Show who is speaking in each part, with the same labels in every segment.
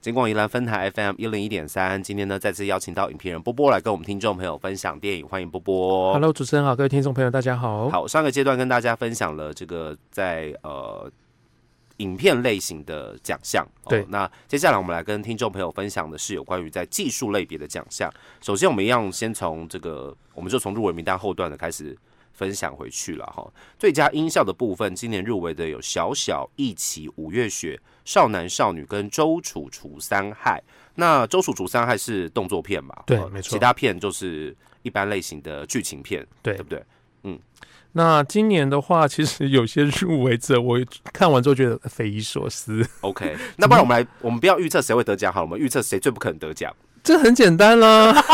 Speaker 1: 金广宜兰分台 FM 一零一点三。今天呢，再次邀请到影评人波波来跟我们听众朋友分享电影，欢迎波波。
Speaker 2: Hello，主持人好，各位听众朋友，大家好。
Speaker 1: 好，上个阶段跟大家分享了这个在呃影片类型的奖项。哦
Speaker 2: 对
Speaker 1: 那接下来我们来跟听众朋友分享的是有关于在技术类别的奖项。首先，我们一样先从这个，我们就从入围名单后段的开始分享回去了哈。最佳音效的部分，今年入围的有《小小一起》《五月雪》《少男少女》跟《周楚除三害》。那《周楚除三害》是动作片嘛？
Speaker 2: 对
Speaker 1: 呃
Speaker 2: 没错
Speaker 1: 其他片就是一般类型的剧情片，
Speaker 2: 对
Speaker 1: 对不对？
Speaker 2: 那今年的话， 其实有些入围者，我看完之后觉得呃匪夷所思。
Speaker 1: OK，那不然我们来，我们不要预测谁会得奖好了，我们预测谁最不可能得奖。
Speaker 2: 这很简单啊 啦，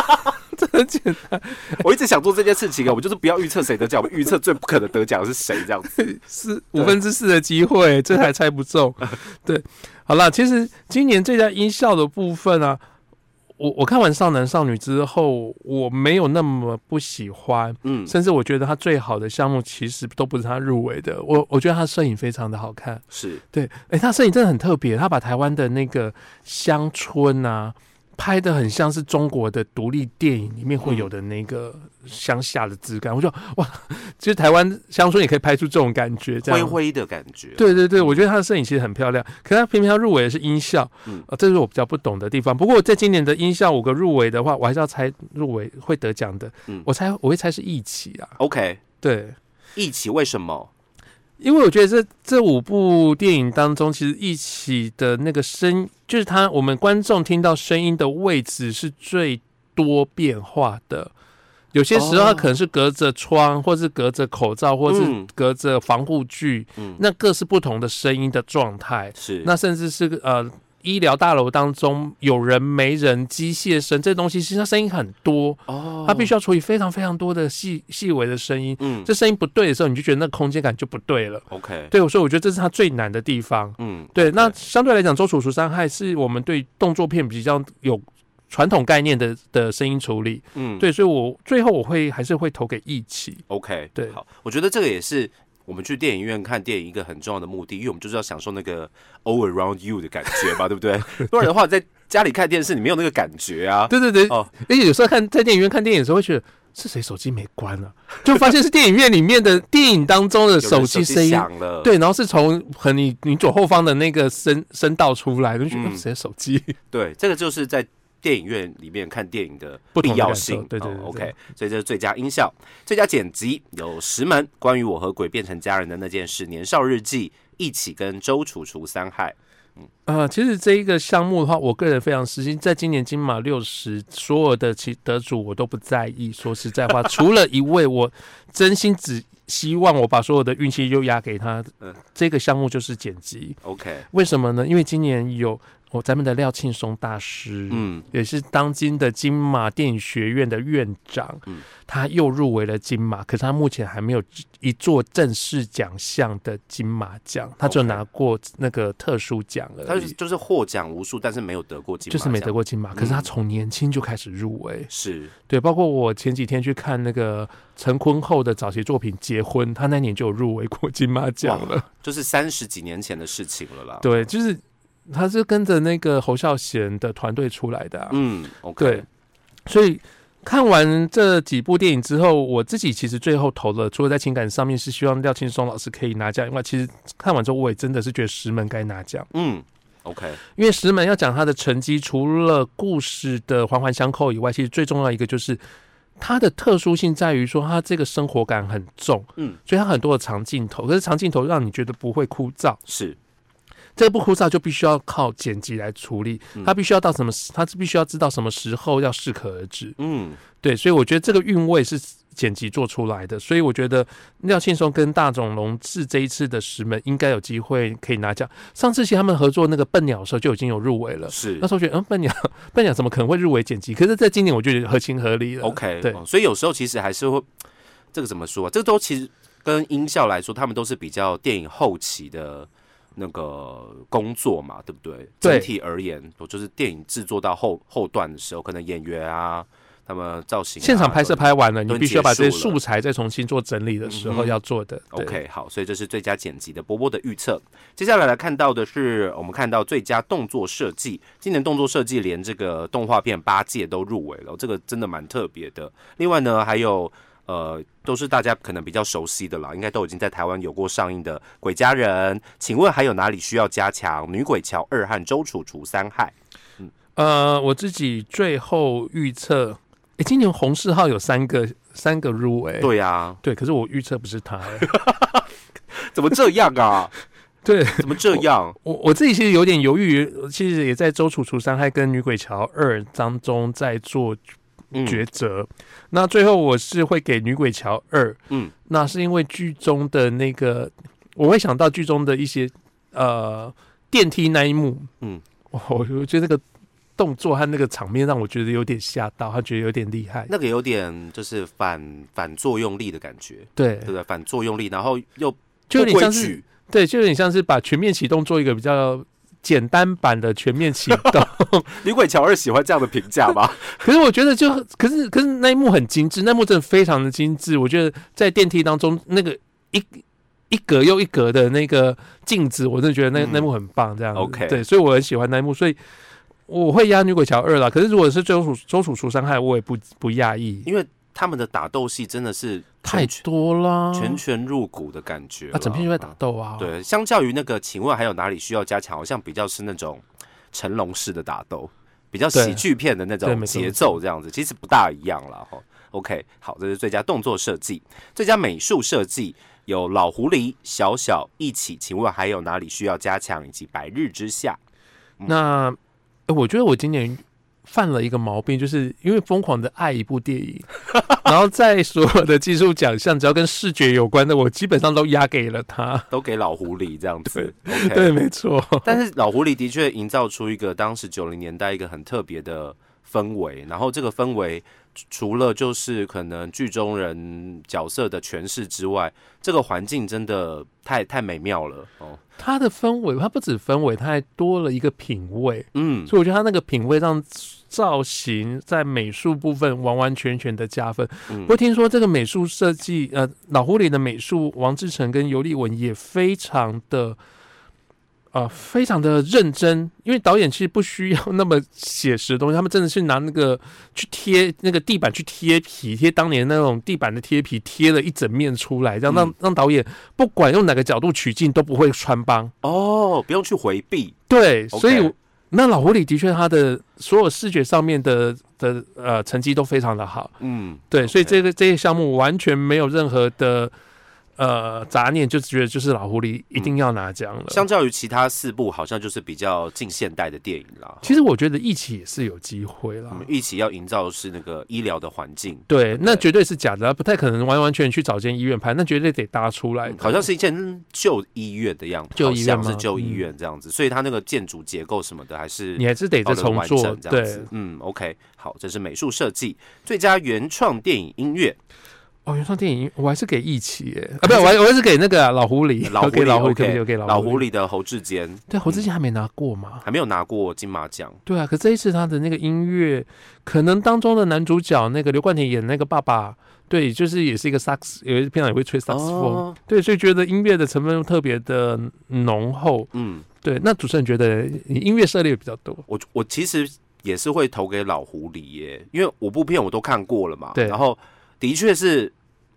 Speaker 2: 这很简单。
Speaker 1: 我一直想做这件事情啊，我就是不要预测谁得奖，我们预测最不可能得奖的是谁这样子。
Speaker 2: 四五分之四的机会，这还猜不 中。对，好啦，其实今年最佳音效的部分啊，我我看完《少男少女》之后，我没有那么不喜欢，
Speaker 1: 嗯，
Speaker 2: 甚至我觉得他最好的项目其实都不是他入围的。我我觉得他摄影非常的好看，
Speaker 1: 是
Speaker 2: 对，哎、他摄影真的很特别，他把台湾的那个乡村啊。拍的很像是中国的独立电影里面会
Speaker 1: 嗯
Speaker 2: 有的那个乡下的质感，我就哇，其实台湾乡村也可以拍出这种感觉，这样
Speaker 1: 灰灰的感觉。，
Speaker 2: 对对对，我觉得他的摄影其实很漂亮，可是他偏偏要入围的是音效，
Speaker 1: 嗯
Speaker 2: 呃，这是我比较不懂的地方。不过在今年的音效五个入围的话，我还是要猜入围会得奖的，
Speaker 1: 嗯
Speaker 2: 我猜我会猜是一起啊，
Speaker 1: OK，
Speaker 2: 对，
Speaker 1: 一起为什么？
Speaker 2: 因为我觉得这这五部电影当中，其实一起的那个声，就是他我们观众听到声音的位置是最多变化的。有些时候，
Speaker 1: 哦
Speaker 2: 它可能是隔着窗，或是隔着口罩，或是
Speaker 1: 嗯
Speaker 2: 隔着防护具，
Speaker 1: 嗯，
Speaker 2: 那各是不同的声音的状态。
Speaker 1: 是
Speaker 2: 那甚至是呃医疗大楼当中有人没人、机械声这些东西，其实它声音很多，
Speaker 1: 哦
Speaker 2: 它必须要处理非常非常多的细细微的声音。
Speaker 1: 嗯
Speaker 2: 这声音不对的时候，你就觉得那空间感就不对了。
Speaker 1: OK，
Speaker 2: 对，所以我觉得这是它最难的地方。
Speaker 1: 嗯
Speaker 2: 对，那相对来讲，周楚除伤害是我们对动作片比较有传统概念的的声音处理。
Speaker 1: 嗯
Speaker 2: 对，所以我最后我会还是会投给一起。
Speaker 1: OK，
Speaker 2: 对
Speaker 1: 好，我觉得这个也是。我们去电影院看电影一个很重要的目的，因为我们就是要享受那个 all around you 的感觉嘛，对不 对？不然的话，在家里看电视，你没有那个感觉啊。
Speaker 2: 对对对，
Speaker 1: 哦
Speaker 2: 而且有时候看在电影院看电影的时候，会觉得是谁手机没关啊，就发现是电影院里面的电影当中的
Speaker 1: 有人
Speaker 2: 手机声音，
Speaker 1: 响了，
Speaker 2: 对，然后是从很你你左后方的那个声声道出来，就觉得
Speaker 1: 嗯
Speaker 2: 呃谁的手机？
Speaker 1: 对，这个就是在电影院里面看电影的
Speaker 2: 不
Speaker 1: 必
Speaker 2: 同的
Speaker 1: 要
Speaker 2: 感受
Speaker 1: 性。
Speaker 2: 对对对
Speaker 1: 哦、
Speaker 2: 对
Speaker 1: o k 所以这是最佳音效、最佳剪辑有石门关于我和鬼变成家人的那件事、年少日记、一起跟周楚除三害。
Speaker 2: 呃，其实这一个项目的话，我个人非常私心，在今年金马六十所有的其得主我都不在意。说实 在话，除了一位，我真心只希望我把所有的运气又压给他
Speaker 1: 嗯。
Speaker 2: 这个项目就是剪辑，
Speaker 1: OK，
Speaker 2: 为什么呢？因为今年有我、咱们的廖庆松大师，
Speaker 1: 嗯
Speaker 2: 也是当今的金马电影学院的院长，
Speaker 1: 嗯
Speaker 2: 他又入围了金马，可是他目前还没有一座正式奖项的金马奖，他只有
Speaker 1: OK
Speaker 2: 拿过那个特殊奖
Speaker 1: 他
Speaker 2: 而
Speaker 1: 就是
Speaker 2: 已，
Speaker 1: 就是获奖无数，但是没有得过金马
Speaker 2: 呃就是没得
Speaker 1: 奖
Speaker 2: 过金马。可是他
Speaker 1: 嗯
Speaker 2: 从年轻就开始入围，
Speaker 1: 是
Speaker 2: 对，包括我前几天去看那个陈坤厚的早期作品《结婚》，他那年就有入围过金马奖
Speaker 1: 哇
Speaker 2: 了。
Speaker 1: 就是三十几年前的事情了啦。，
Speaker 2: 对，就是他是跟着那个侯孝贤的团队出来的、啊，
Speaker 1: 嗯，OK，
Speaker 2: 对，所以看完这几部电影之后，我自己其实最后投了，除了在情感上面是希望廖庆松老师可以拿奖以外，其实看完之后我也真的是觉得石门该拿奖，
Speaker 1: 嗯，OK，
Speaker 2: 因为石门要讲他的成绩，除了故事的环环相扣以外，其实最重要一个就是。它的特殊性在于说，它这个生活感很重，
Speaker 1: 嗯，
Speaker 2: 所以它很多的长镜头，可是长镜头让你觉得不会枯燥，
Speaker 1: 是
Speaker 2: 这个不枯燥就必须要靠剪辑来处理
Speaker 1: 嗯，
Speaker 2: 它必须要到什么时，它必须要知道什么时候要适可而止，
Speaker 1: 嗯
Speaker 2: 对，所以我觉得这个韵味是剪辑做出来的，所以我觉得廖庆松跟大冢龙志这一次的石门应该有机会可以拿奖。上次其实他们合作那个笨鸟的时候就已经有入围了，
Speaker 1: 是
Speaker 2: 那时候觉得嗯笨鸟笨鸟怎么可能会入围剪辑？可是在今年我就觉得合情合理了。
Speaker 1: OK，
Speaker 2: 对
Speaker 1: 哦所以有时候其实还是会，这个怎么说、啊？这都其实跟音效来说，他们都是比较电影后期的那个工作嘛，对不对？
Speaker 2: 对
Speaker 1: 整体而言，我就是电影制作到后后段的时候，可能演员啊，他们造型啊、
Speaker 2: 现场拍摄拍完了，
Speaker 1: 都
Speaker 2: 你必须要把这些
Speaker 1: 结束了
Speaker 2: 素材再重新做整理的时
Speaker 1: 嗯
Speaker 2: 候
Speaker 1: 哼
Speaker 2: 要做的。对
Speaker 1: OK，好，所以这是最佳剪辑的波波的预测。接下来来看到的是，我们看到最佳动作设计，今年动作设计连这个动画片八届都入围了，这个真的蛮特别的。另外呢，还有呃，都是大家可能比较熟悉的啦，应该都已经在台湾有过上映的《鬼家人》。请问还有哪里需要加强？《女鬼桥二》和《周楚除三害》
Speaker 2: 呃，我自己最后预测，诶，今年红四号有三个三个入围，
Speaker 1: 对啊，
Speaker 2: 对，可是我预测不是他、诶
Speaker 1: 怎么这样啊？
Speaker 2: 对
Speaker 1: 怎么这 样？
Speaker 2: 我我自己其实有点犹豫，其实也在《周楚除三害》跟《女鬼桥二》当中在做
Speaker 1: 嗯
Speaker 2: 抉择。那最后我是会给《女鬼桥二》，
Speaker 1: 嗯，
Speaker 2: 那是因为剧中的那个，我会想到剧中的一些呃电梯那一幕，
Speaker 1: 嗯
Speaker 2: 嗯，我我觉得那个动作和那个场面让我觉得有点吓到，他觉得有点厉害，
Speaker 1: 那个有点就是反反作用力的感觉，
Speaker 2: 对
Speaker 1: 对，不对？反作用力，然后又
Speaker 2: 就
Speaker 1: 不
Speaker 2: 有点
Speaker 1: 规
Speaker 2: 像是
Speaker 1: 矩，
Speaker 2: 对，就有点像是把全面启动做一个比较。简单版的全面启动，
Speaker 1: 李鬼乔二喜欢这样的评价吧？
Speaker 2: 可是我觉得就可是可是那一幕很精致，那一幕真的非常的精致。我觉得在电梯当中那个一一格又一格的那个镜子，我真的觉得那、
Speaker 1: 嗯
Speaker 2: 那幕很棒，这样子
Speaker 1: OK
Speaker 2: 对，所以我很喜欢那一幕，所以我会压《女鬼桥二》啦。可是如果是周楚周楚除伤害，我也不不讶异，
Speaker 1: 因为他们的打斗戏真的是
Speaker 2: 太
Speaker 1: 全拳
Speaker 2: 多啦，
Speaker 1: 全拳入骨的感觉了
Speaker 2: 啊，整片就在打
Speaker 1: 嗯
Speaker 2: 斗啊，
Speaker 1: 对，相较于那个，请问还有哪里需要加强？好像比较是那种成龙式的打斗，比较喜
Speaker 2: 对
Speaker 1: 剧片的那
Speaker 2: 对
Speaker 1: 种
Speaker 2: 没错
Speaker 1: 节
Speaker 2: 没
Speaker 1: 奏这样子，其实不大一样了哈。OK，好，这是最佳动作设计，最佳美术设计有老狐狸、小小一起，请问还有哪里需要加强？以及白日之下，
Speaker 2: 那、呃我觉得我今年犯了一个毛病，就是因为疯狂的爱一部电影，然后在所有的技术奖项，只要跟视觉有关的，我基本上都压给了他。
Speaker 1: 都给老狐狸这样子。OK，
Speaker 2: 对，没错，
Speaker 1: 但是老狐狸的确营造出一个当时九零年代一个很特别的氛围，然后这个氛围除除了就是可能剧中人角色的诠释之外，这个环境真的太太美妙了哦。
Speaker 2: 他的氛围，他不止氛围，他还多了一个品味，
Speaker 1: 嗯，
Speaker 2: 所以我觉得他那个品味让造型在美术部分完完全全的加分。
Speaker 1: 嗯
Speaker 2: 不过听说这个美术设计，呃，老狐狸的美术王志成跟尤立文也非常的，呃，非常的认真，因为导演其实不需要那么写实的东西，他们真的是拿那个去贴那个地板去贴皮，贴当年那种地板的贴皮，贴了一整面出来，这样让、
Speaker 1: 嗯
Speaker 2: 让导演不管用哪个角度取景都不会穿帮。
Speaker 1: 哦，不用去回避，
Speaker 2: 对，
Speaker 1: OK
Speaker 2: 所以我那老狐狸的确，他的所有视觉上面的的呃成绩都非常的好。
Speaker 1: 嗯，
Speaker 2: 对，所以
Speaker 1: OK
Speaker 2: 这个这些项目完全没有任何的呃杂念，就觉得就是老狐狸一定要拿奖了。
Speaker 1: 相较于其他四部，好像就是比较近现代的电影啦。
Speaker 2: 其实我觉得一起也是有机会啦
Speaker 1: 我。们一起要营造的是那个医疗的环境，
Speaker 2: 对，那绝对是假的，不太可能完完全全去找间医院拍，那绝对得搭出来的、
Speaker 1: 嗯好像是一间旧医院的样子，
Speaker 2: 哎旧
Speaker 1: 好
Speaker 2: 医院
Speaker 1: 像
Speaker 2: 吗
Speaker 1: 是旧医
Speaker 2: 嗯
Speaker 1: 院这样子，所以它那个建筑结构什么的还是
Speaker 2: 你还是得再
Speaker 1: 保留得
Speaker 2: 重
Speaker 1: 完
Speaker 2: 做
Speaker 1: 整。这样
Speaker 2: 对
Speaker 1: 子，。嗯，OK，好，这是美术设计，最佳原创电影音乐，
Speaker 2: 哦，原创电影我还是给一起耶，啊，不，我还我还是给那个啊老狐狸，
Speaker 1: 老
Speaker 2: 我
Speaker 1: 狐
Speaker 2: 给
Speaker 1: 狸
Speaker 2: 老狐狸，对不起，我
Speaker 1: ，OK，
Speaker 2: 给
Speaker 1: 老
Speaker 2: 狐
Speaker 1: 狐。狸的侯志坚
Speaker 2: 对，侯志前还没拿过嘛？
Speaker 1: 还没有拿过金马奖，
Speaker 2: 对啊，可这一次他的那个音乐，可能当中的男主角那个刘冠廷演那个爸爸，对，就是也是一个萨克斯，有一片也会吹萨克斯风，
Speaker 1: 哦，
Speaker 2: 对，所以觉得音乐的成分特别的浓厚。
Speaker 1: 嗯，
Speaker 2: 对，那主持人觉得你音乐涉猎比较多，
Speaker 1: 我我其实也是会投给老狐狸耶，因为五部片我都看过了嘛，
Speaker 2: 对
Speaker 1: 然后的确是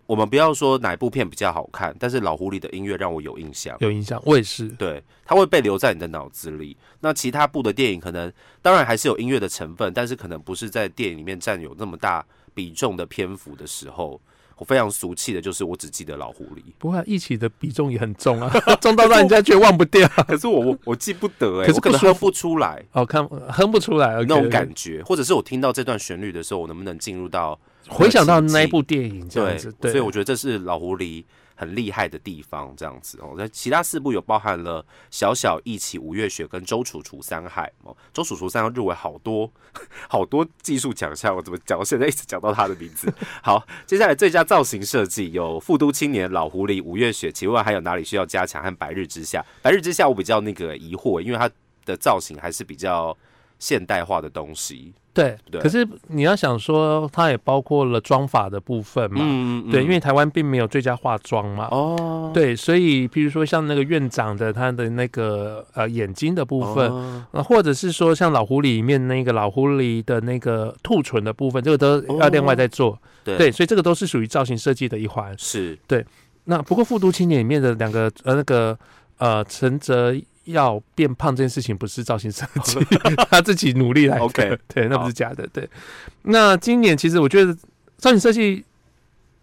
Speaker 1: 我们不要说哪部片比较好看，但是老狐狸的音乐让我有印象。
Speaker 2: 有影响。我也是，
Speaker 1: 对，它会被留在你的脑子里。那其他部的电影可能当然还是有音乐的成分，但是可能不是在电影里面占有那么大比重的篇幅的时候，我非常俗气的就是我只记得老狐 狸，
Speaker 2: 不过一起的比重也很重啊， 重到让人家觉得忘不掉。
Speaker 1: 可是我我我记不得哎、
Speaker 2: 可是
Speaker 1: 我可
Speaker 2: 不
Speaker 1: 能
Speaker 2: 舒
Speaker 1: 哼不出来
Speaker 2: 好看，哼不出来
Speaker 1: 那种感
Speaker 2: 觉，
Speaker 1: 觉，或者是我听到这段旋律的时候，我能不能进入到
Speaker 2: 回想到
Speaker 1: 情
Speaker 2: 那一
Speaker 1: 境
Speaker 2: 部电影这样子，对，
Speaker 1: 所以我觉得这是老狐狸很厉害的地方，这样子哦。那其他四部有包含了《小小一起》《五月雪》跟《周楚除三害》哦，《周楚除三害》入围好多 好多技术奖项，我怎么讲？我现在一直讲到他的名字。好，接下来最佳造型设计有《复都青年》《老狐狸》《五月雪》，请问还有哪里需要加强？和《白日之下》，《白日之下》我比较那个疑惑，因为它的造型还是比较现代化的东西。
Speaker 2: 对
Speaker 1: 对
Speaker 2: 可是你要想说，它也包括了妆法的部分嘛，
Speaker 1: 嗯
Speaker 2: 对，因为台湾并没有最佳化妆嘛，
Speaker 1: 哦，
Speaker 2: 对，所以比如说像那个院长的他的那个呃眼睛的部分，
Speaker 1: 哦
Speaker 2: 呃或者是说像老狐狸里面那个老狐狸的那个兔唇的部分，这个都要另外再做。
Speaker 1: 哦对
Speaker 2: 对，所以这个都是属于造型设计的一环。
Speaker 1: 是
Speaker 2: 那不过《复读青年》里面的两个呃那个呃陈哲要变胖这件事情不是造型设计，他自己努力来的。
Speaker 1: OK，
Speaker 2: 对，那
Speaker 1: 好
Speaker 2: 不是假的。对，那今年其实我觉得造型设计，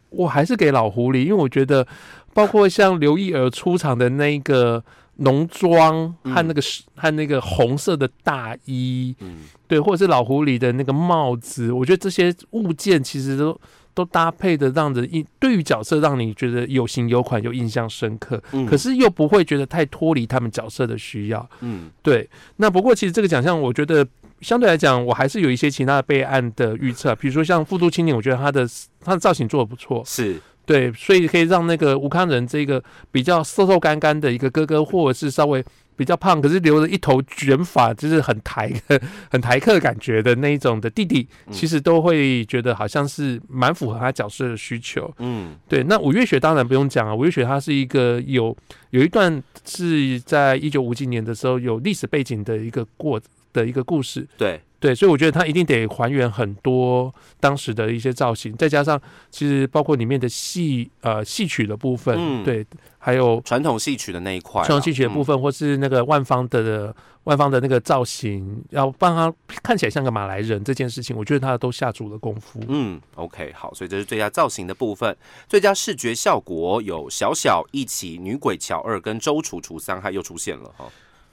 Speaker 2: 我还是给老狐狸，因为我觉得包括像刘意儿出场的那个浓妆和那个、和那个红色的大衣，
Speaker 1: 嗯
Speaker 2: 对，或者是老狐狸的那个帽子，我觉得这些物件其实都都搭配的让人印，对于角色让你觉得有型有款有印象深刻，
Speaker 1: 嗯，
Speaker 2: 可是又不会觉得太脱离他们角色的需要。
Speaker 1: 嗯
Speaker 2: 对，那不过其实这个奖项，我觉得相对来讲，我还是有一些其他的备案的预测，比如说像《复读青年》，我觉得他的他的造型做的不错，
Speaker 1: 是
Speaker 2: 对，所以可以让那个吴康仁这个比较瘦瘦干干的一个哥哥，或者是稍微比较胖，可是留着一头卷发，就是很台 很台客感觉的那一种的弟弟，其实都会觉得好像是蛮符合他角色的需求。
Speaker 1: 嗯
Speaker 2: 对，那五月雪当然不用讲啊，五月雪她是一个有有一段是在一九五几年的时候有历史背景的一个过的一个故事，
Speaker 1: 对
Speaker 2: 对，所以我觉得她一定得还原很多当时的一些造型，再加上其实包括里面的戏呃戏曲的部分，
Speaker 1: 嗯啊
Speaker 2: 对，还有
Speaker 1: 传统戏曲的那一块啦，
Speaker 2: 传统戏曲的部
Speaker 1: 分
Speaker 2: 分，或是那个万方的万方的那个造型，要帮他看起来像个马来人这件事情，我觉得他都下足了功夫。
Speaker 1: 嗯，OK，好，所以这是最佳造型的部分，最佳视觉效果有小小一起女鬼乔二跟周楚楚三害又出现了哈，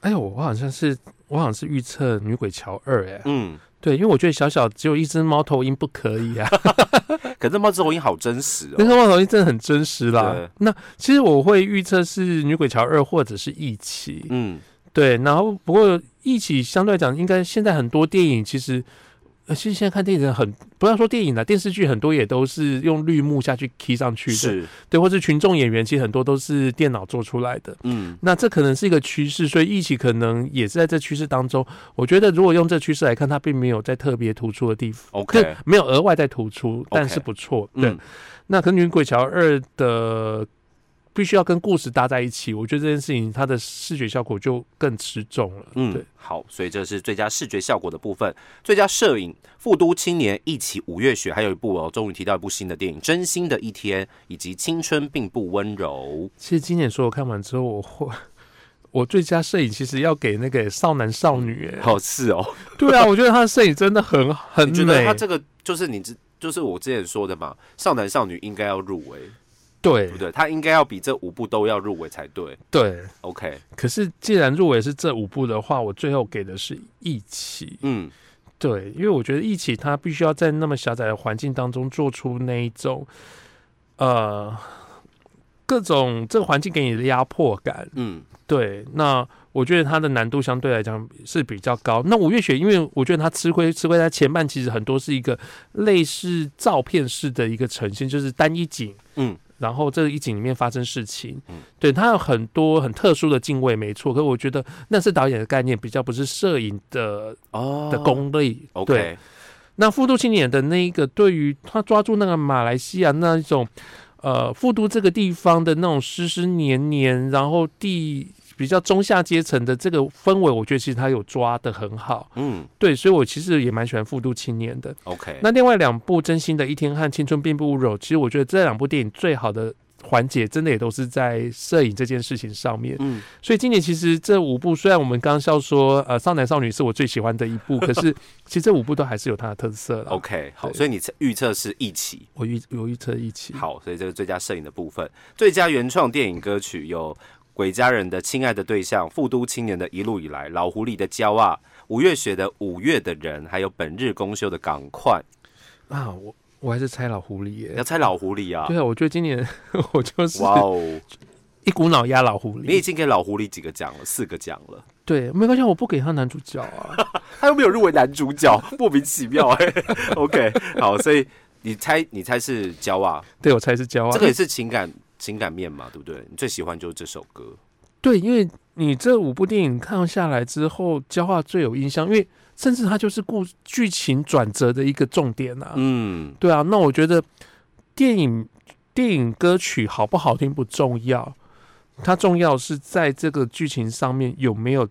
Speaker 2: 哎呦，我好像是我好像是预测《女鬼桥二》哎。
Speaker 1: 嗯，
Speaker 2: 对，因为我觉得小小只有一只猫头鹰不可以啊，
Speaker 1: 嗯可是猫头鹰好真实
Speaker 2: 那
Speaker 1: 哦，
Speaker 2: 个猫头鹰真的很真实
Speaker 1: 对
Speaker 2: 啦。那其实我会预测是《女鬼桥二》或者是《一起》
Speaker 1: 嗯，
Speaker 2: 对，然后不过《一起》相对来讲，应该现在很多电影其实。呃，其实现在看电影的很，不要说电影了，电视剧很多也都是用绿幕下去 key 上去的，
Speaker 1: 是，
Speaker 2: 对，或是群众演员，其实很多都是电脑做出来的。
Speaker 1: 嗯
Speaker 2: 那这可能是一个趋势，所以一起可能也是在这趋势当中。我觉得如果用这趋势来看，它并没有在特别突出的地方。对
Speaker 1: ，OK，，
Speaker 2: 没有额外再突出，但是不错。对，
Speaker 1: 嗯
Speaker 2: 那可能《女鬼桥二》的必须要跟故事搭在一起，我觉得这件事情它的视觉效果就更吃重了。
Speaker 1: 嗯
Speaker 2: 对，
Speaker 1: 好，所以这是最佳视觉效果的部分，最佳摄影《复都青年》一起五月雪，还有一部哦，终于提到一部新的电影《真心的一天》，以及《青春并不温柔
Speaker 2: 其实今年所有看完之后，我会。 我最佳摄影其实要给那个少男少女、》。哎，
Speaker 1: 好是哦，
Speaker 2: 对啊，我觉得他的摄影真的很很
Speaker 1: 你
Speaker 2: 美。
Speaker 1: 觉得他这个就是你之就是我之前说的嘛，少男少女应该要入围，
Speaker 2: 对
Speaker 1: 对不对？他应该要比这五部都要入围才对。
Speaker 2: 对，
Speaker 1: OK，
Speaker 2: 可是既然入围是这五部的话，我最后给的是一起。
Speaker 1: 嗯，
Speaker 2: 对，因为我觉得一起他必须要在那么狭窄的环境当中做出那一种，呃，各种这个环境给你的压迫感。
Speaker 1: 嗯，
Speaker 2: 对，那我觉得它的难度相对来讲是比较高。那五月雪，因为我觉得它吃亏，吃亏在前半其实很多是一个类似照片式的一个呈现，就是单一景，
Speaker 1: 嗯，
Speaker 2: 然后这一景里面发生事情，
Speaker 1: 嗯
Speaker 2: 对，它有很多很特殊的敬畏，没错。可我觉得那是导演的概念，比较不是摄影的
Speaker 1: 哦
Speaker 2: 的功力。对，
Speaker 1: ，OK，
Speaker 2: 那复读青年的那一个，对于他抓住那个马来西亚那一种，呃，复读这个地方的那种湿湿黏黏，然后地比较中下阶层的这个氛围，我觉得其实他有抓的很好。
Speaker 1: 嗯
Speaker 2: 对，所以我其实也蛮喜欢复读青年的。
Speaker 1: ，OK，
Speaker 2: 那另外两部《真心的一天》和《青春并不温柔》，其实我觉得这两部电影最好的环节，真的也都是在摄影这件事情上面。
Speaker 1: 嗯，
Speaker 2: 所以今年其实这五部，虽然我们刚刚笑说，呃，少男少女是我最喜欢的一部，可是其实这五部都还是有它的特色了。
Speaker 1: OK，好，
Speaker 2: 对嗯
Speaker 1: 所以你预测是一起。
Speaker 2: 我预我预测一起。
Speaker 1: 好，所以这是最佳摄影的部分。最佳原创电影歌曲有《鬼家人的亲爱的对象》、《复都青年的一路以来》、《老狐狸的骄傲》、五月雪的《五月的人》，还有本日公休的《赶快》。
Speaker 2: 啊，我我还是猜老狐狸耶
Speaker 1: 要。猜老狐狸啊！
Speaker 2: 对啊，我觉得今年 我就是
Speaker 1: 哇哦，
Speaker 2: 一股脑压老狐
Speaker 1: 你已
Speaker 2: 狸。
Speaker 1: 经给老狐狸几个奖了？四个奖了，
Speaker 2: 对，没关系，我不给他男主角啊。
Speaker 1: 他又没有入围男主角，莫名其妙哎、OK，好，所以你猜，你猜是骄傲，
Speaker 2: 对，我猜是骄傲。
Speaker 1: 这个也是情感情感面嘛，对不对？你最喜欢就是这首歌，
Speaker 2: 对，因为你这五部电影看下来之后，焦化最有印象，因为甚至它就是故剧情转折的一个重点啊。
Speaker 1: 嗯，
Speaker 2: 对啊，那我觉得电影电影歌曲好不好听不重要，它重要是在这个剧情上面有没有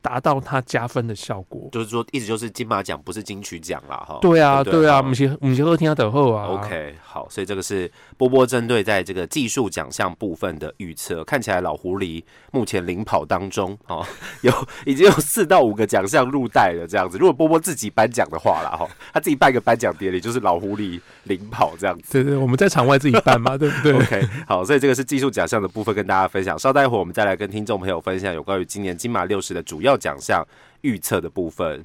Speaker 2: 达到它加分的效果。
Speaker 1: 就是说一直就是金马奖不是金曲奖啦哈。
Speaker 2: 对啊，
Speaker 1: 对不对
Speaker 2: 对啊，
Speaker 1: 好
Speaker 2: 我们先我们先二听他等候啊。
Speaker 1: OK，好，所以这个是波波针对在这个技术奖项部分的预测。看起来老狐狸目前领跑当中哦，有已经有四到五个奖项入袋了这样子。如果波波自己颁奖的话啦，哈、哦他自己办一个颁奖典礼，就是老狐狸领跑这样子。
Speaker 2: 对对，我们在场外自己办嘛，对 不对？
Speaker 1: OK，好，所以这个是技术奖项的部分跟大家分享。稍待一会儿我们再来跟听众朋友分享有关于今年金马六十的主要奖项预测的部分。